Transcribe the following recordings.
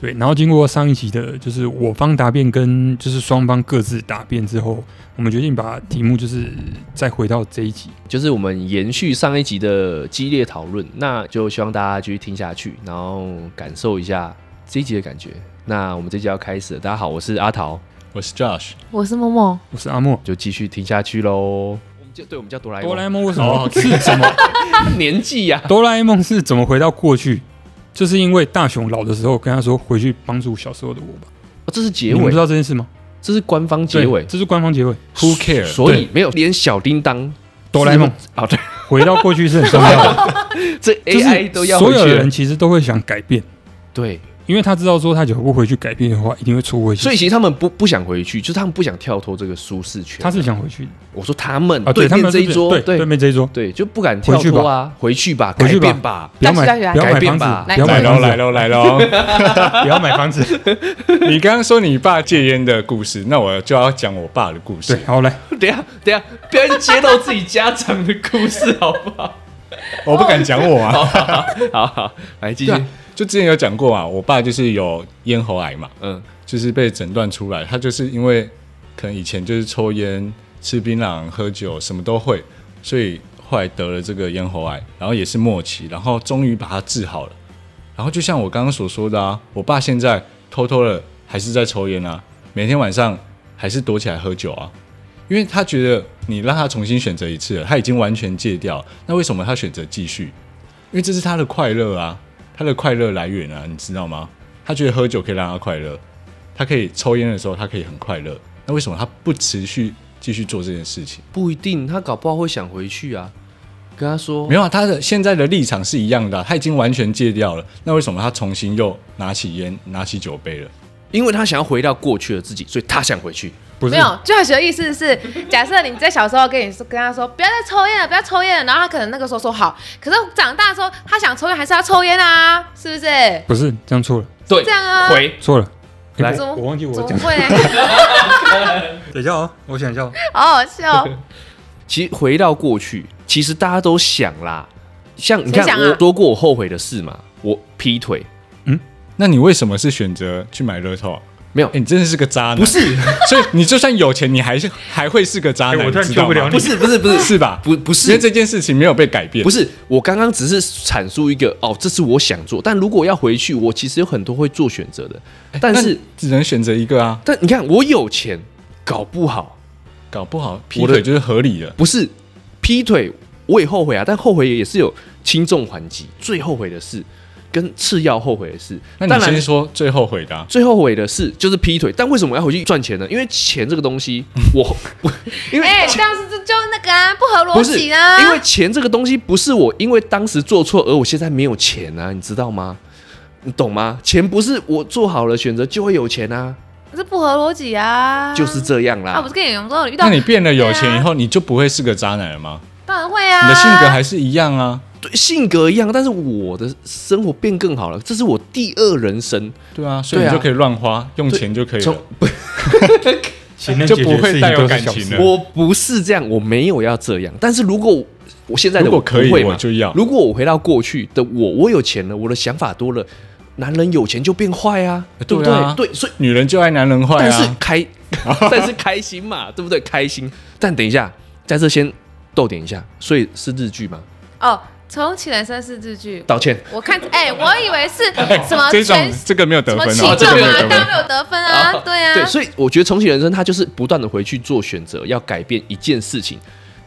对，然后经过上一集的，就是我方答辩跟就是双方各自答辩之后，我们决定把题目就是再回到这一集。就是我们延续上一集的激烈讨论，那就希望大家继续听下去，然后感受一下这一集的感觉。那我们这集要开始了，大家好，我是阿桃，我是 Josh，我是默默，我是阿莫，就继续听下去喽。我们就对我们叫哆啦 A 哆啦 A 梦，梦为什哦么，OK 是怎么？年纪呀、哆啦 A 梦是怎么回到过去？就是因为大雄老的时候跟他说回去帮助小时候的我吧。哦这是结你们不尾知，道这件事吗？这是官方结对尾，这是官方结尾。 Who care？所对以没有连小叮当哆啦 A 梦啊，对， 回到过去是很重要 的，这就是 AI 都要所回去有了的人其实都会想改变，对，因为他知道说他如果不回去改变的话，一定会出危险。所以其实他们不不想回去，就是他们不想跳脱这个舒适圈。他是想回去的我说他们啊，对他面们嗯这一桌，对对面这一桌，对，就不敢跳脱啊，回去吧，回去吧改变吧。不要但买是不要改买变房子，吧不要来买喽房来子，喽来喽！不要买房子。 你刚刚说你爸戒烟的故事，那我就要讲我爸的故 事对，。好来， 等一下等一下，不要揭露自己家长的故事，好不好？我不敢讲 我啊， 好好，来继续对。啊就之前有讲过啊，我爸就是有咽喉癌嘛，嗯，就是被诊断出来，他就是因为可能以前就是抽烟、吃槟榔、喝酒，什么都会，所以后来得了这个咽喉癌，然后也是末期，然后终于把它治好了。然后就像我刚刚所说的啊，我爸现在偷偷的还是在抽烟啊，每天晚上还是躲起来喝酒啊，因为他觉得你让他重新选择一次了，他已经完全戒掉，那为什么他选择继续？因为这是他的快乐啊，他的快乐来源啊，你知道吗？他觉得喝酒可以让他快乐，他可以抽烟的时候，他可以很快乐。那为什么他不持续继续做这件事情？不一定，他搞不好会想回去啊。跟他说没，有啊，他的现在的立场是一样的啊、他已经完全戒掉了。那为什么他重新又拿起烟、拿起酒杯了？因为他想要回到过去的自己，所以他想回去。不是没有，最学的意思是，假设你在小时候跟你说跟他说不要再抽烟了，不要抽烟了，然后他可能那个时候说好，可是长大之后他想抽烟还是要抽烟啊，是不是？不是这样错了，对，这样啊回错了。诶来我怎么我忘记我怎么讲，会呢？等一下哦，我想一下哦。好好笑哦，其实回到过去，其实大家都想啦，像你谁看、想啊我多过我后悔的事嘛，我劈腿那你为什么是选择去买乐透啊？没有哎、你真的是个渣男。不，是所以你就算有钱，你还是还会是个渣男，哎我突然你知道救不了吗你不是不是不是是吧？ 不不因为是这件事情没有被改变。不是，是，我刚刚只是阐述一个哦，这是我想做，但如果要回去，我其实有很多会做选择的，但哎那是你只能选择一个啊，但你看我有钱，搞不好搞不好劈我的腿就是合理的。不是劈腿，我也后悔啊，但后悔也是有轻重缓急，最后悔的事跟次要后悔的事，那当你然先说最后悔的、啊，最后悔的事就是劈腿，但为什么要回去赚钱呢？因为钱这个东西，我 我因为哎，钱这样子就就那个啊，不合不逻是辑啊，因为钱这个东西不是我因为当时做错而我现在没有钱啊，你知道吗？你懂吗？钱不是我做好了选择就会有钱啊，是不合逻辑啊，就是这样啦。啊，不是跟你们说遇到那你变得有钱对啊以后，你就不会是个渣男了吗？当然会你啊，的性格还是一样啊，对，性格一样，但是我的生活变更好了，这是我第二人生，对啊，所以你对啊就可以乱花，用钱就可以从了。情人就节不的会事情带有都是感小情事了对我不是这样，我没有要这样。但是如果我现在的如果我可以不会嘛我就要如果我回到过去的我，我有钱了，我的想法多了，男人有钱就变坏啊，对不对啊对，所以女人就爱男人坏但是啊， 开，但是开心嘛，对不对？开心。但等一下，在这先逗点一下，所以是日剧吗？哦，重启人生是日剧，道歉。我看哎，我以为是什么这种全这个没有得什么分启哦，这动个没有得啊，当然分。没有得分啊，对啊，对，所以我觉得重启人生，他就是不断的回去做选择，要改变一件事情，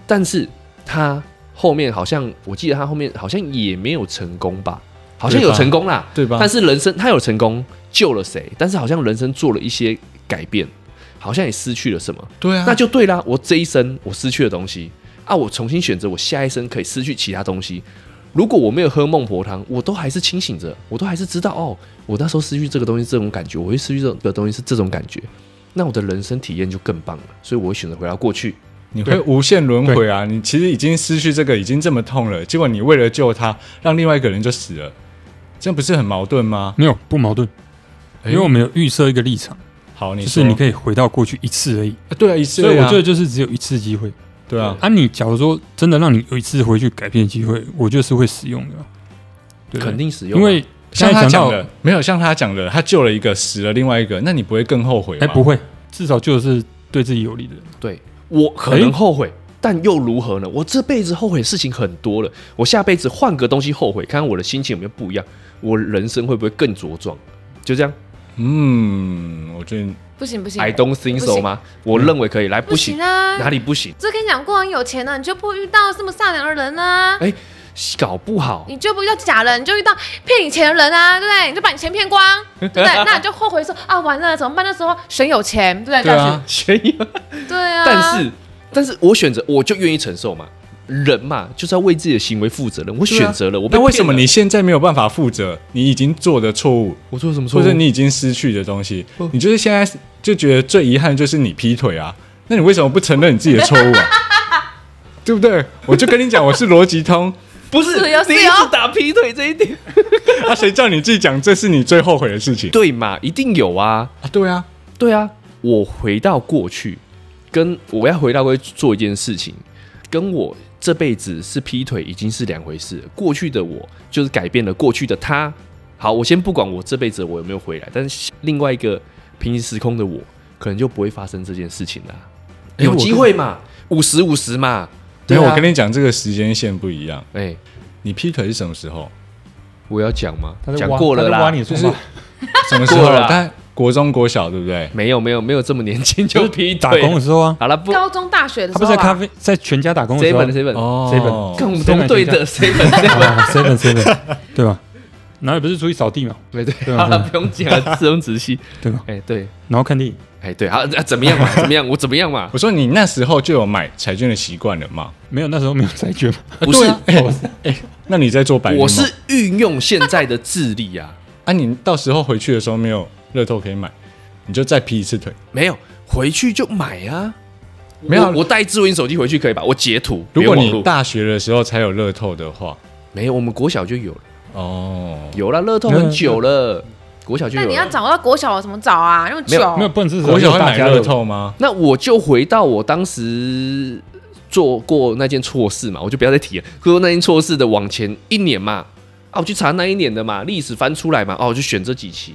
但是他后面好像，我记得他后面好像也没有成功吧，好像有成功啦，对吧但是人生他有成功救了谁，但是好像人生做了一些改变，好像也失去了什么，对啊，那就对啦。我这一生我失去的东西啊，我重新选择，我下一生可以失去其他东西。如果我没有喝孟婆汤，我都还是清醒着，我都还是知道哦，我那时候失去这个东西是这种感觉，我会失去这个东西是这种感觉，那我的人生体验就更棒了。所以我会选择回到过去。你会无限轮回啊！你其实已经失去这个，已经这么痛了，结果你为了救他，让另外一个人就死了，这样不是很矛盾吗？没有不矛盾，哎因为我们有预设一个立场，好，你就是说你可以回到过去一次而已，啊对啊，一次所以我啊觉得就是只有一次机会。对啊，啊，你假如说真的让你有一次回去改变的机会，我觉得是会使用的啊，对不对肯定使用啊因为像他现在讲讲到的，没有像啊他讲的，他救了一个，死了另外一个，那你不会更后悔吗？哎，不会，至少就是对自己有利的人。对我可能诶后悔，但又如何呢？我这辈子后悔的事情很多了，我下辈子换个东西后悔，看看我的心情有没有不一样，我人生会不会更茁壮？就这样嗯，我觉得不行不行，I don't think 不 so 行吗？我认为可以，来不不行行，啊！哪里不行？这跟你讲过，你有钱了，你就不遇到这么善良的人啊，嗯哎，搞不好你就不遇到假人，你就遇到骗你钱的人啊，对不对？你就把你钱骗光，对不对？那你就后悔说啊，完了怎么办？那时候选有钱，对不对？对啊，悬疑吗。这样子，对啊。但是，但是我选择，我就愿意承受嘛。人嘛，就是要为自己的行为负责任。啊我选择了，我被啊那为骗什么了你现在没有办法负责你已经做的错误，我做了什么错或误？者你已经失去的东西？你就是现在就觉得最遗憾就是你劈腿啊，那你为什么不承认你自己的错误啊？ 对不对？我就跟你讲，我是逻辑通， 不是是有你一是哦有直打劈腿这一点， 啊，谁叫你自己讲这是你最后悔的事情？对嘛？一定有啊，啊，对啊，对啊。我回到过去，跟我要回到过去做一件事情，跟我这辈子是劈腿已经是两回事了。过去的我就是改变了过去的他。好，我先不管我这辈子我有没有回来，但是另外一个平行时空的我，可能就不会发生这件事情啦。哎有我机跟会嘛？五十五十嘛？没对有，啊，我跟你讲，这个时间线不一样。哎、你劈腿是什么 时候？我要讲吗他？在讲挖过了他在挖啦你，的就疮是疤，什么时候过了啊？但国中、国小，对不对？没有没有没有这么年轻就劈打腿工的。时候啊，好了，不高中、大学他的时不候、是啊，在咖啡在全家打工的时候啊，seven seven，哦跟我们同队的 seven seven， ，seven seven，对吧？然后也不是出去扫地嘛，对对，啊对好了，不用讲了，不用仔 细。对吧？哎，对，然后看电影，哎对，好， 啊怎么样嘛？怎么样？我怎么样嘛？我说你那时候就有买彩券的习惯了嘛？没有那时候没有债券嘛，哎不啊是，啊那你在做白日梦？我是运用现在的智力啊， 啊，你到时候回去的时候没有乐透可以买，你就再劈一次腿。没有回去就买啊。没有我我带智慧型手机回去可以吧？我截图，如果别网你路大学的时候才有乐透的话，没有，我们国小就有了，哦，有了乐透很久了，国小就那有你要了。找到国小怎么找啊？那么没有久，没有不能是国小会大买家乐的，透吗？那我就回到我当时做过那件错事嘛，我就不要再提了。做过那件错事的往前一年嘛，啊，我去查那一年的嘛，历史翻出来嘛，哦、我就选这几期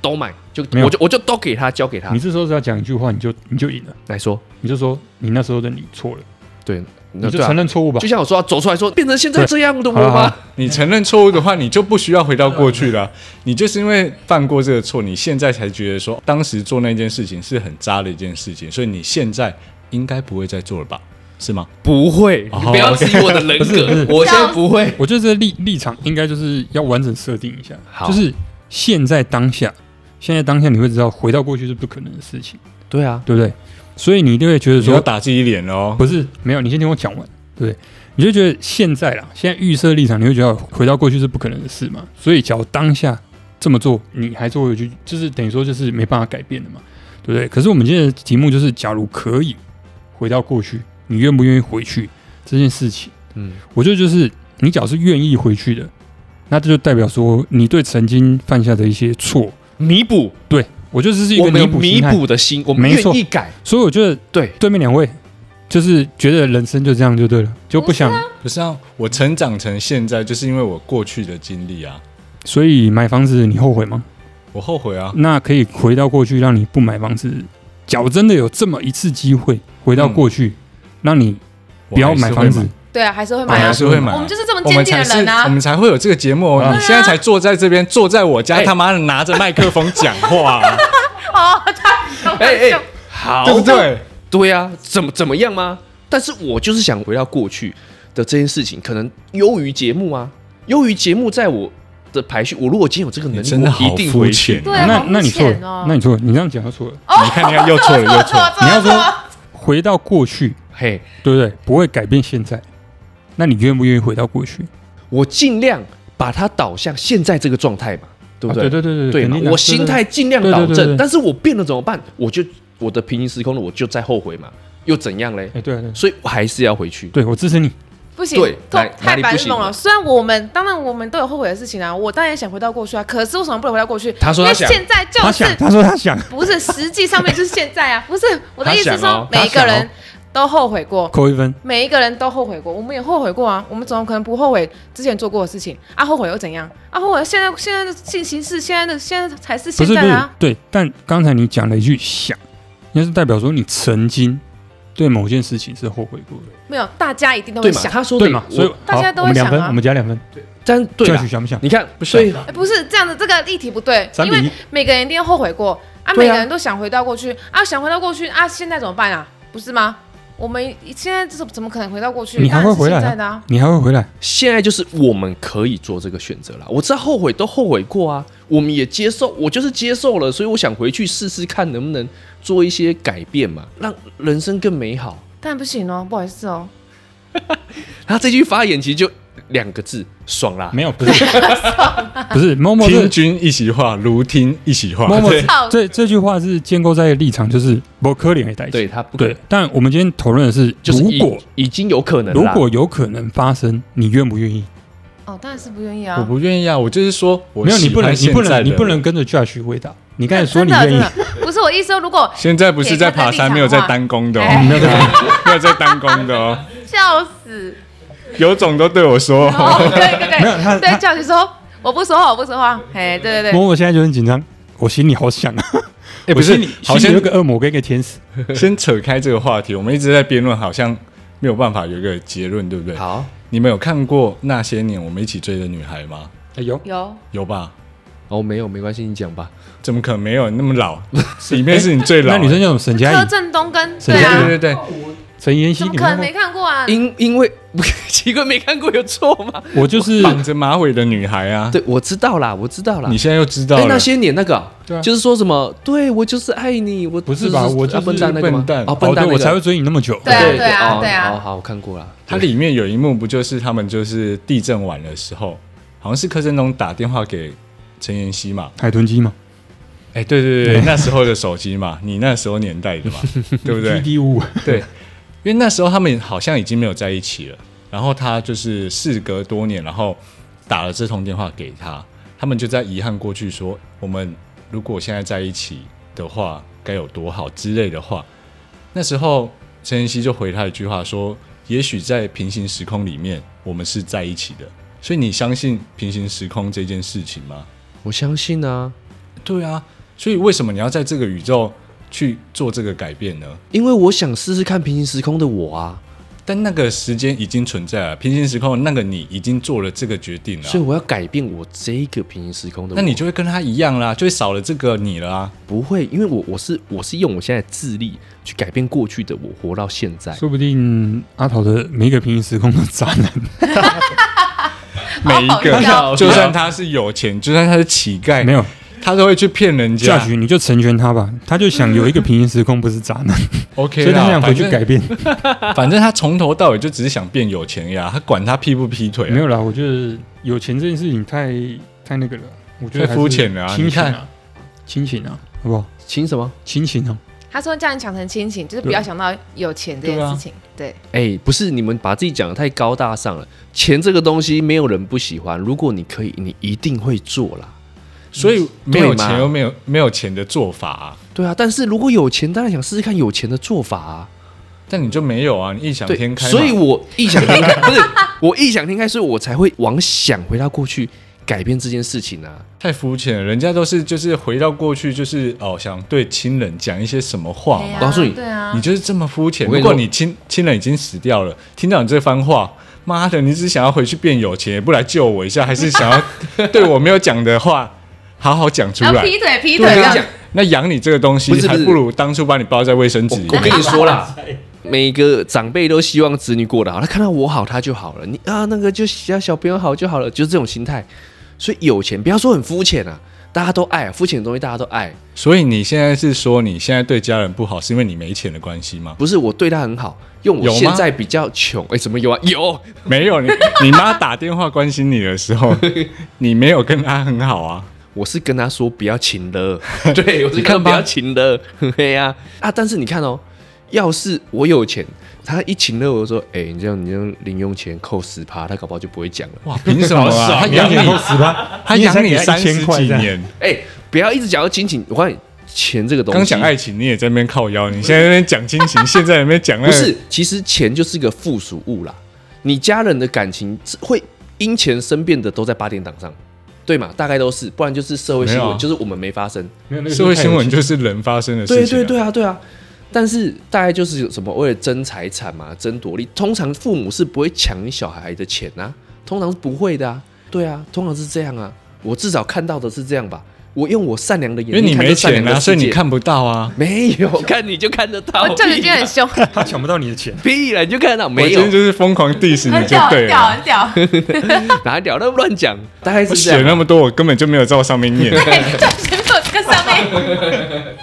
都买，就没有我就我就都给他交给他你这时候只要讲一句话，你就你就赢了，来说，你就说你那时候的你错了，对，那你嗯就对承啊。认错误吧就。像我说，走出来说变成现在这样的我好好吗好？你承认错误的话，你就不需要回到过去了。 你就是因为犯过这个错，你现在才觉得说当时做那件事情是很渣的一件事情，所以你现在应该不会再做了吧？是吗？不会，哦你不要质疑我的人不是不格是，我现在不会。我觉得这立立场应该就是要完整设定一下好，就是现在当下，现在当下你会知道回到过去是不可能的事情，对啊，对不对？所以你一定会觉得你要说打自己脸哦。不是没有，你先听我讲完，对不对？你就觉得现在啦，现在预设立场，你会觉得回到过去是不可能的事嘛？所以，假如当下这么做，你还做回去，就是等于说就是没办法改变的嘛，对不对？可是我们今天的题目就是，假如可以回到过去，你愿不愿意回去这件事情？嗯，我觉得就是你假如是愿意回去的，那这就代表说你对曾经犯下的一些错，弥补，对我觉得这是一我个们有弥补弥心态。补的心，我们没错愿意改。所以我觉得对，对面两位就是觉得人生就这样就对了，就不想。不是啊，我成长成现在，就是因为我过去的经历啊，所以买房子你后悔吗？我后悔啊。那可以回到过去，让你不买房子。假如真的有这么一次机会，回嗯到过去，让你我不要还是买会房子，对啊，还是会我买啊还。是会买啊。我们就是这么我坚们定才的是，人我啊！们才会有这个节目哦。你现在才坐在这边，坐在我家，哎他妈的拿着麦克风讲话， 啊 哦，他哎哎，好，对不对？对啊，怎么怎么样吗？但是我就是想回到过去的这件事情，可能优于节目啊，优于节目在我的排序，我如果今天有这个能你力，真的我一好定肤回去浅。对啊那好那你明错显了哦，那你错了，你这样讲就错了。哦你看，你看，又错了，又错了。你要说回到过去，嘿，对不对？不会改变现在，那你愿不愿意回到过去？我尽量把它导向现在这个状态嘛，对不对？啊对对对对，对嘛肯定的我心态尽量导对对对正，对但是我变了怎么办？我就我的平行时空了，我就在后悔嘛，又怎样嘞？对对对哎，对啊对啊，所以我还是要回去。对我支持你。不行对，痛哪哪太里白不日行梦了了。虽然我们当然我们都有后悔的事情啊，我当然也想回到过去啊，可是为什么不能回到过去？他说因他为想现在就他是想，他说他想，不是实际上面就是现在啊，不是我的意思他是想说哦每一个他想人哦都后悔过，扣一分。每一个人都后悔过，我们也后悔过啊。我们怎么可能不后悔之前做过的事情啊？后悔又怎样啊？后悔现在现在的进行是现在的现在才是不现是不在是啊。，对，但刚才你讲了一句“想”，那是代表说你曾经对某件事情是后悔过的，没有，大家一定都对会嘛？想，他说的对嘛？所以我大家好都我会们想两啊分，我们加两分，但对教啦许，想不想？你看，不所以哎不是这样子，这个例题不对，三因比为一每个人一定后悔过啊，对每啊个人都想回到过去啊，想回到过去啊，现在怎么办啊？不是吗？我们现在这是怎么可能回到过去？你还会当然是回来啊现在的啊？你还会回来？现在就是我们可以做这个选择了。我知道后悔都后悔过啊，我们也接受，我就是接受了，所以我想回去试试看能不能做一些改变嘛，让人生更美好。但不行哦，不好意思哦，他这句发言其实就两个字，爽啦。没有， 不是，不是。某某听这君一席话，如听一席话。某某对操这这句话是建构在立场，就是不可怜的代对替。他不可对，但我们今天讨论的是，就是如已果已经有可能啦，如果有可能发生，你愿不愿意？哦，当然是不愿意我啊。不愿意啊，我就是说，我没有，你喜不能，欢你不现在能，的你不人能跟着 Judge 回答。你刚才说真你的愿真意，的，不是我意思说，如果现在不是在爬山，没有在单攻的哦，哎你没有跟他 没有在单攻的哦，笑死，有种都对我 说。哦，对对没有他对，他对教学说我不说话，我不说话，嘿，对对某对，某现在就很紧张，我心里好想啊，哎，不 我是心里，好心里像有个恶魔跟一个天使。先扯开这个话题，我们一直在辩论，好像没有办法有一个结论，对不对？好，你们有看过《那些年我们一起追的女孩》吗？哎呦，有有吧？哦，没有没关系，你讲吧。怎么可能没有？你那么老， 里面是你最那老的。女生叫什么？沈佳柯宜、震东跟沈对佳宜啊，对对对，陈妍希，怎么你可看能过没？看过啊？因因为 奇怪没看过有错吗？我就是啊绑着马尾的女孩啊！对，我知道啦，我知道啦你。现在又知道哎了，，那些年那个啊对啊就是说什么？对我就是爱你，我不是吧我就是啊笨蛋那个吗笨蛋哦，笨哦，对蛋那个我才会追你那么久。对啊对啊哦对啊好好，我看过了。它里面有一幕不就是他们就是地震完的时候，好像是柯震东打电话给陈妍希嘛？海豚鸡嘛哎，对对对，那时候的手机嘛，你那时候年代的嘛，对不对？ ，GD 五， 对，因为那时候他们好像已经没有在一起了，然后他就是事隔多年，然后打了这通电话给他，他们就在遗憾过去说，我们如果现在在一起的话，该有多好之类的话。那时候陈妍希就回他一句话说，也许在平行时空里面，我们是在一起的。所以你相信平行时空这件事情吗？我相信啊，对啊，所以为什么你要在这个宇宙去做这个改变呢？因为我想试试看平行时空的我啊，但那个时间已经存在了，平行时空的那个你已经做了这个决定了所以，我要改变我这个平行时空的我。那你就会跟他一样啦，就会少了这个你了啊。不会，因为我我是我是用我现在的智力去改变过去的我，活到现在。说不定阿桃的每一个平行时空都渣男，每一好好笑个，就算他是有钱，就算他是乞丐， 啊没有他都会去骗人家嫁。娶你就成全他吧，他就想有一个平行时空不是渣男，所 OK 以他啦，想回去反改 正变。反正他从头到尾就只是想变有钱呀，他管他劈不劈腿啊没。有啦，我觉得有钱这件事情太太那个了，我觉得太肤浅了啊亲情你啊，亲情啊，好不好？亲什么？亲情啊，他说叫你想成亲情，就是不要想到有钱这件事情，对，哎，不是，你们把自己讲的太高大上了。钱这个东西，没有人不喜欢。如果你可以，你一定会做啦。所以没有对嘛钱又没有没有钱的做法啊，对啊，但是如果有钱，当然想试试看有钱的做法啊。但你就没有啊，你异想对天，开嘛。所以我异想天 开，不是我异想天开，所以我才会往想回到过去，改变这件事情啊。太肤浅了，人家都是就是回到过去，就是哦想对亲人讲一些什么话对嘛啊。我告诉你对啊你，就是这么肤浅。我跟如你说果你亲亲人已经死掉了，听到你这番话，妈的，你只想要回去变有钱，也不来救我一下，还是想要对我没有讲的话好好讲出然后来？劈腿劈对腿这啊样，那养你这个东西，不是不还是不如当初把你包在卫生纸里我面。跟你说啦，每个长辈都希望子女过得好，他看到我好，他就好了。你啊，那个就小小朋友好就好了，就是这种心态。所以有钱，不要说很肤浅啊，大家都爱肤浅的东西，大家都爱。所以你现在是说你现在对家人不好，是因为你没钱的关系吗？不是我对他很好，用我有吗现在比较穷，哎，怎么有啊？有，没有，你你妈打电话关心你的时候，你没有跟她很好啊。我是跟他说不要请了， 对我是跟他说你看不吧要请 了，嘿呀啊但是你看哦，要是我有钱，他一请了我就说，哎、你这样你这样零用钱扣十趴，他搞不好就不会讲了。哇，凭什么好啊？爽她你要养给你我死吧，她你也才养给你她三1000十块几这样年，哎、不要一直讲到亲情，我告诉你，钱这个东西，刚讲爱情，你也在那边靠腰，你现在在那边讲亲情，现在在那边讲那不个是，其实钱就是一个附属物啦。你家人的感情是会因钱生变的，都在八点档上，对嘛？大概都是，不然就是社会新没有闻，啊就是我们没发生。没有那个社会新闻，就是是人发生的事对情、啊。对对啊，对啊。但是大概就是有什么为了争财产嘛，争夺利，通常父母是不会抢你小孩的钱啊，通常是不会的啊。对啊，通常是这样啊。我至少看到的是这样吧。我用我善良的眼因睛，为你没钱啊，啊，所以你看不到啊。没有 看你就看得到，我叫人屁家啦很凶，很 他抢不到你的钱，屁了，你就看得到，我没今有天就是疯狂 diss 你就屌，对啊很屌，了。很屌。哪屌那乱讲，大概我是这写样啊。那么多，我根本就没有照上面念。对，就是没有这个上面。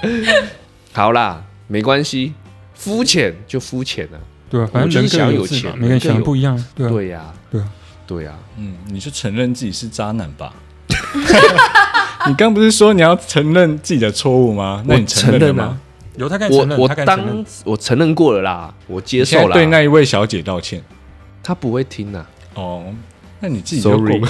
好啦，没关系，肤浅就肤浅啊。对啊，反我就正是人各想要有有志嘛钱每个人人各想的有不一样，对啊，对呀、对啊，对呀、嗯，你就承认自己是渣男吧。 你刚不是说你要承认自己的错误吗？那你我承承认了认吗啊？，有他敢承我认，我他敢承认当，我承认过了啦，我接你现在受啦。对那一位小姐道歉。他不会听呐、哦，那你自己就过 Sorry 不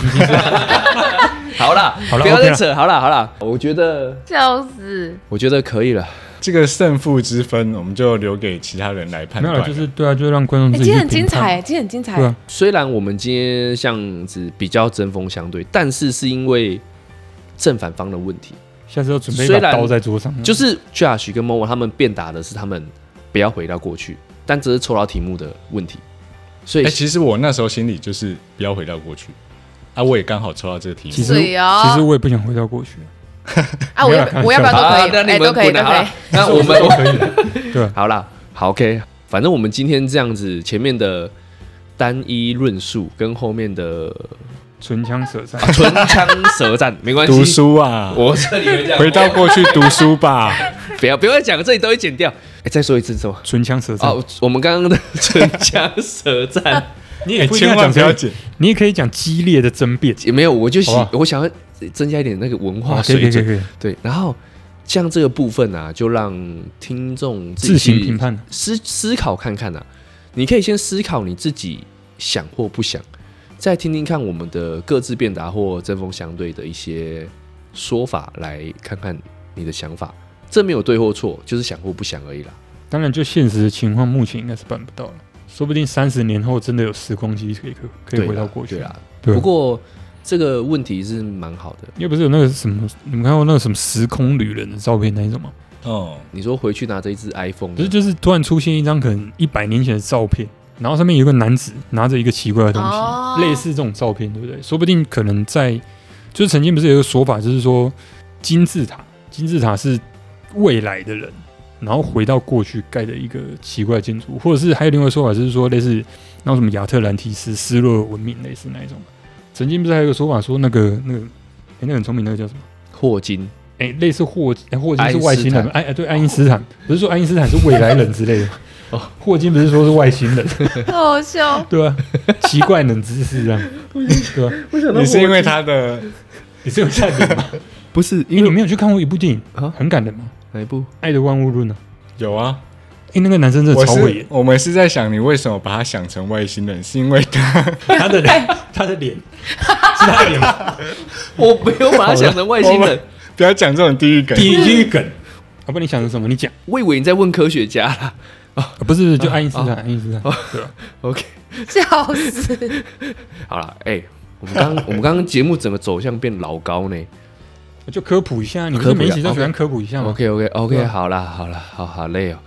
好啦，好啦不要 OK 再啦扯。好啦，好啦，我觉得，笑死！我觉得可以了。这个胜负之分，我们就留给其他人来判没有断了，了。就是对啊，就是让观众哎，自今己去天很精评判彩，今天很精彩对。啊，虽然我们今天这样子比较针锋相对，但是是因为正反方的问题，下次要准备一虽把然刀在桌上，就是 Josh 跟 Momo 他们辩打的是他们不要回到过去，但这是抽到题目的问题，所哎、以其实我那时候心里就是不要回到过去啊，我也刚好抽到这个题其目。实水啊哦其实我也不想回到过去，啊，我要我要不要都可啊，那以，你哎，都们可以，不都能好可以了。，那我们 都可以了，啊 好啦，好 OK，反正我们今天这样子，前面的单一论述跟后面的唇啊枪舌 战，唇枪舌战没关系。读，书啊，我这里会这样 回到过去读书吧。 不要不要再讲，这里都会剪掉。哎，再说一次什么？唇枪舌战，哦，我们刚刚的唇枪舌战你哎、也不一定千要万讲不这要个，剪，你也可以讲激烈的争辩，也没有，我就喜好吧我想要增加一点那个文化啊可以可以可水以准。可以，对，然后像这个部分啊，就让听众自行己去评判，思思考看看啊，你可以先思考你自己想或不想，再听听看我们的各自辩答或针锋相对的一些说法，来看看你的想法。这没有对或错，就是想或不想而已啦。当然就现实的情况，目前应该是办不到了。说不定三十年后真的有时光机可以可以可对以回啦到过去对啦。对啊不过这个问题是蛮好的。又不是有那个什么，你们看过那个什么时空旅人的照片那一种吗？哦，你说回去拿着一只 iPhone，不是，就是突然出现一张可能一百年前的照片，然后上面有一个男子拿着一个奇怪的东西，哦类似这种照片，对不对？说不定可能在，就是曾经不是有一个说法，就是说金字塔，金字塔是未来的人，然后回到过去盖的一个奇怪的建筑，或者是还有另外一个说法，就是说类似那种什么亚特兰提斯失落的文明，类似那一种。曾经不是还有一个说法说那个那个，哎、那个很聪明，那个叫什么？霍金，哎、类似霍金、哎霍金爱是因外星人斯吗，坦哎哎，对，爱因斯坦不是说爱因斯坦是未来人之类的吗？ 哦霍金不是说是外星人，好笑。对吧、奇怪冷知识这样， 对吧、你是因为他的你是有看的吗？不是 因为你没有去看过一部电影啊很感人吗？哪一 部？《爱的万物论》啊，有啊？哎、那个男生真的我超会演是，我们是在想你为什么把他想成外星人，是因为 他 他的脸，他的脸是他的脸吗？我没有把它想成外星人，不要讲这种地狱梗。第一梗，啊，不，你想的什么？你讲，我以为你在问科学家啦。啊不是，就爱因斯坦，爱因斯坦，对吧、 OK， 笑死！好了，哎、我们刚我们刚刚节目整个走向变老高呢。就科普一下，你科们普每一一下哦集都喜欢科普一下吗 OK OK OK，、对啊好啦好啦，好好累哦。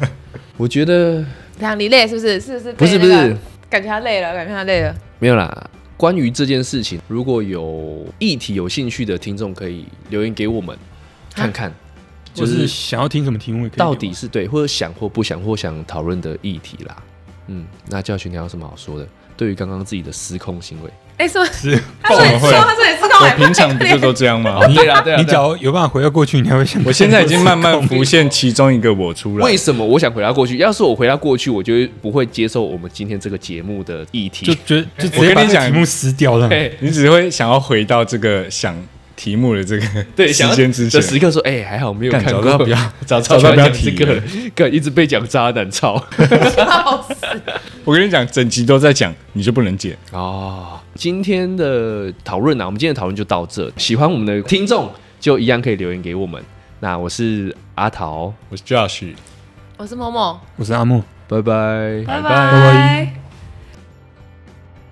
我觉得这样你累是不是？是不是？不是不是，感觉他累了，感觉他累了。没有啦。关于这件事情，如果有议题有兴趣的听众，可以留言给我们看看，就就是是想要听什么题目也可以留啊，到底是对，或者想或不想或想讨论的议题啦。嗯，那教训你还有什么好说的？对于刚刚自己的失控行为，哎，说是他 说你说他说你自控，我平常不就都这样 吗？哦对啦对啦你对只啦要有办法回到过去，你还会想。我现在已经慢慢浮现其中一个我出来为，什么我想回到过去？要是我回到过去，我就不会接受我们今天这个节目的议题。 就觉得就直接我把跟这你个讲题目撕掉了。嘿你只会想要回到这个想题目的这个对，时想要间之这时前。刻说，哎、还好没有干看早过，知道不要，早早早知知道道不不要要提提了了，干一直被讲渣男操。笑死！我跟你讲，整集都在讲，你就不能剪。哦，今天的讨论啊，我们今天的讨论就到这。喜欢我们的听众就一样可以留言给我们。那我是阿桃，我是 Josh， 我是某某，我是阿莫。拜拜。拜拜拜拜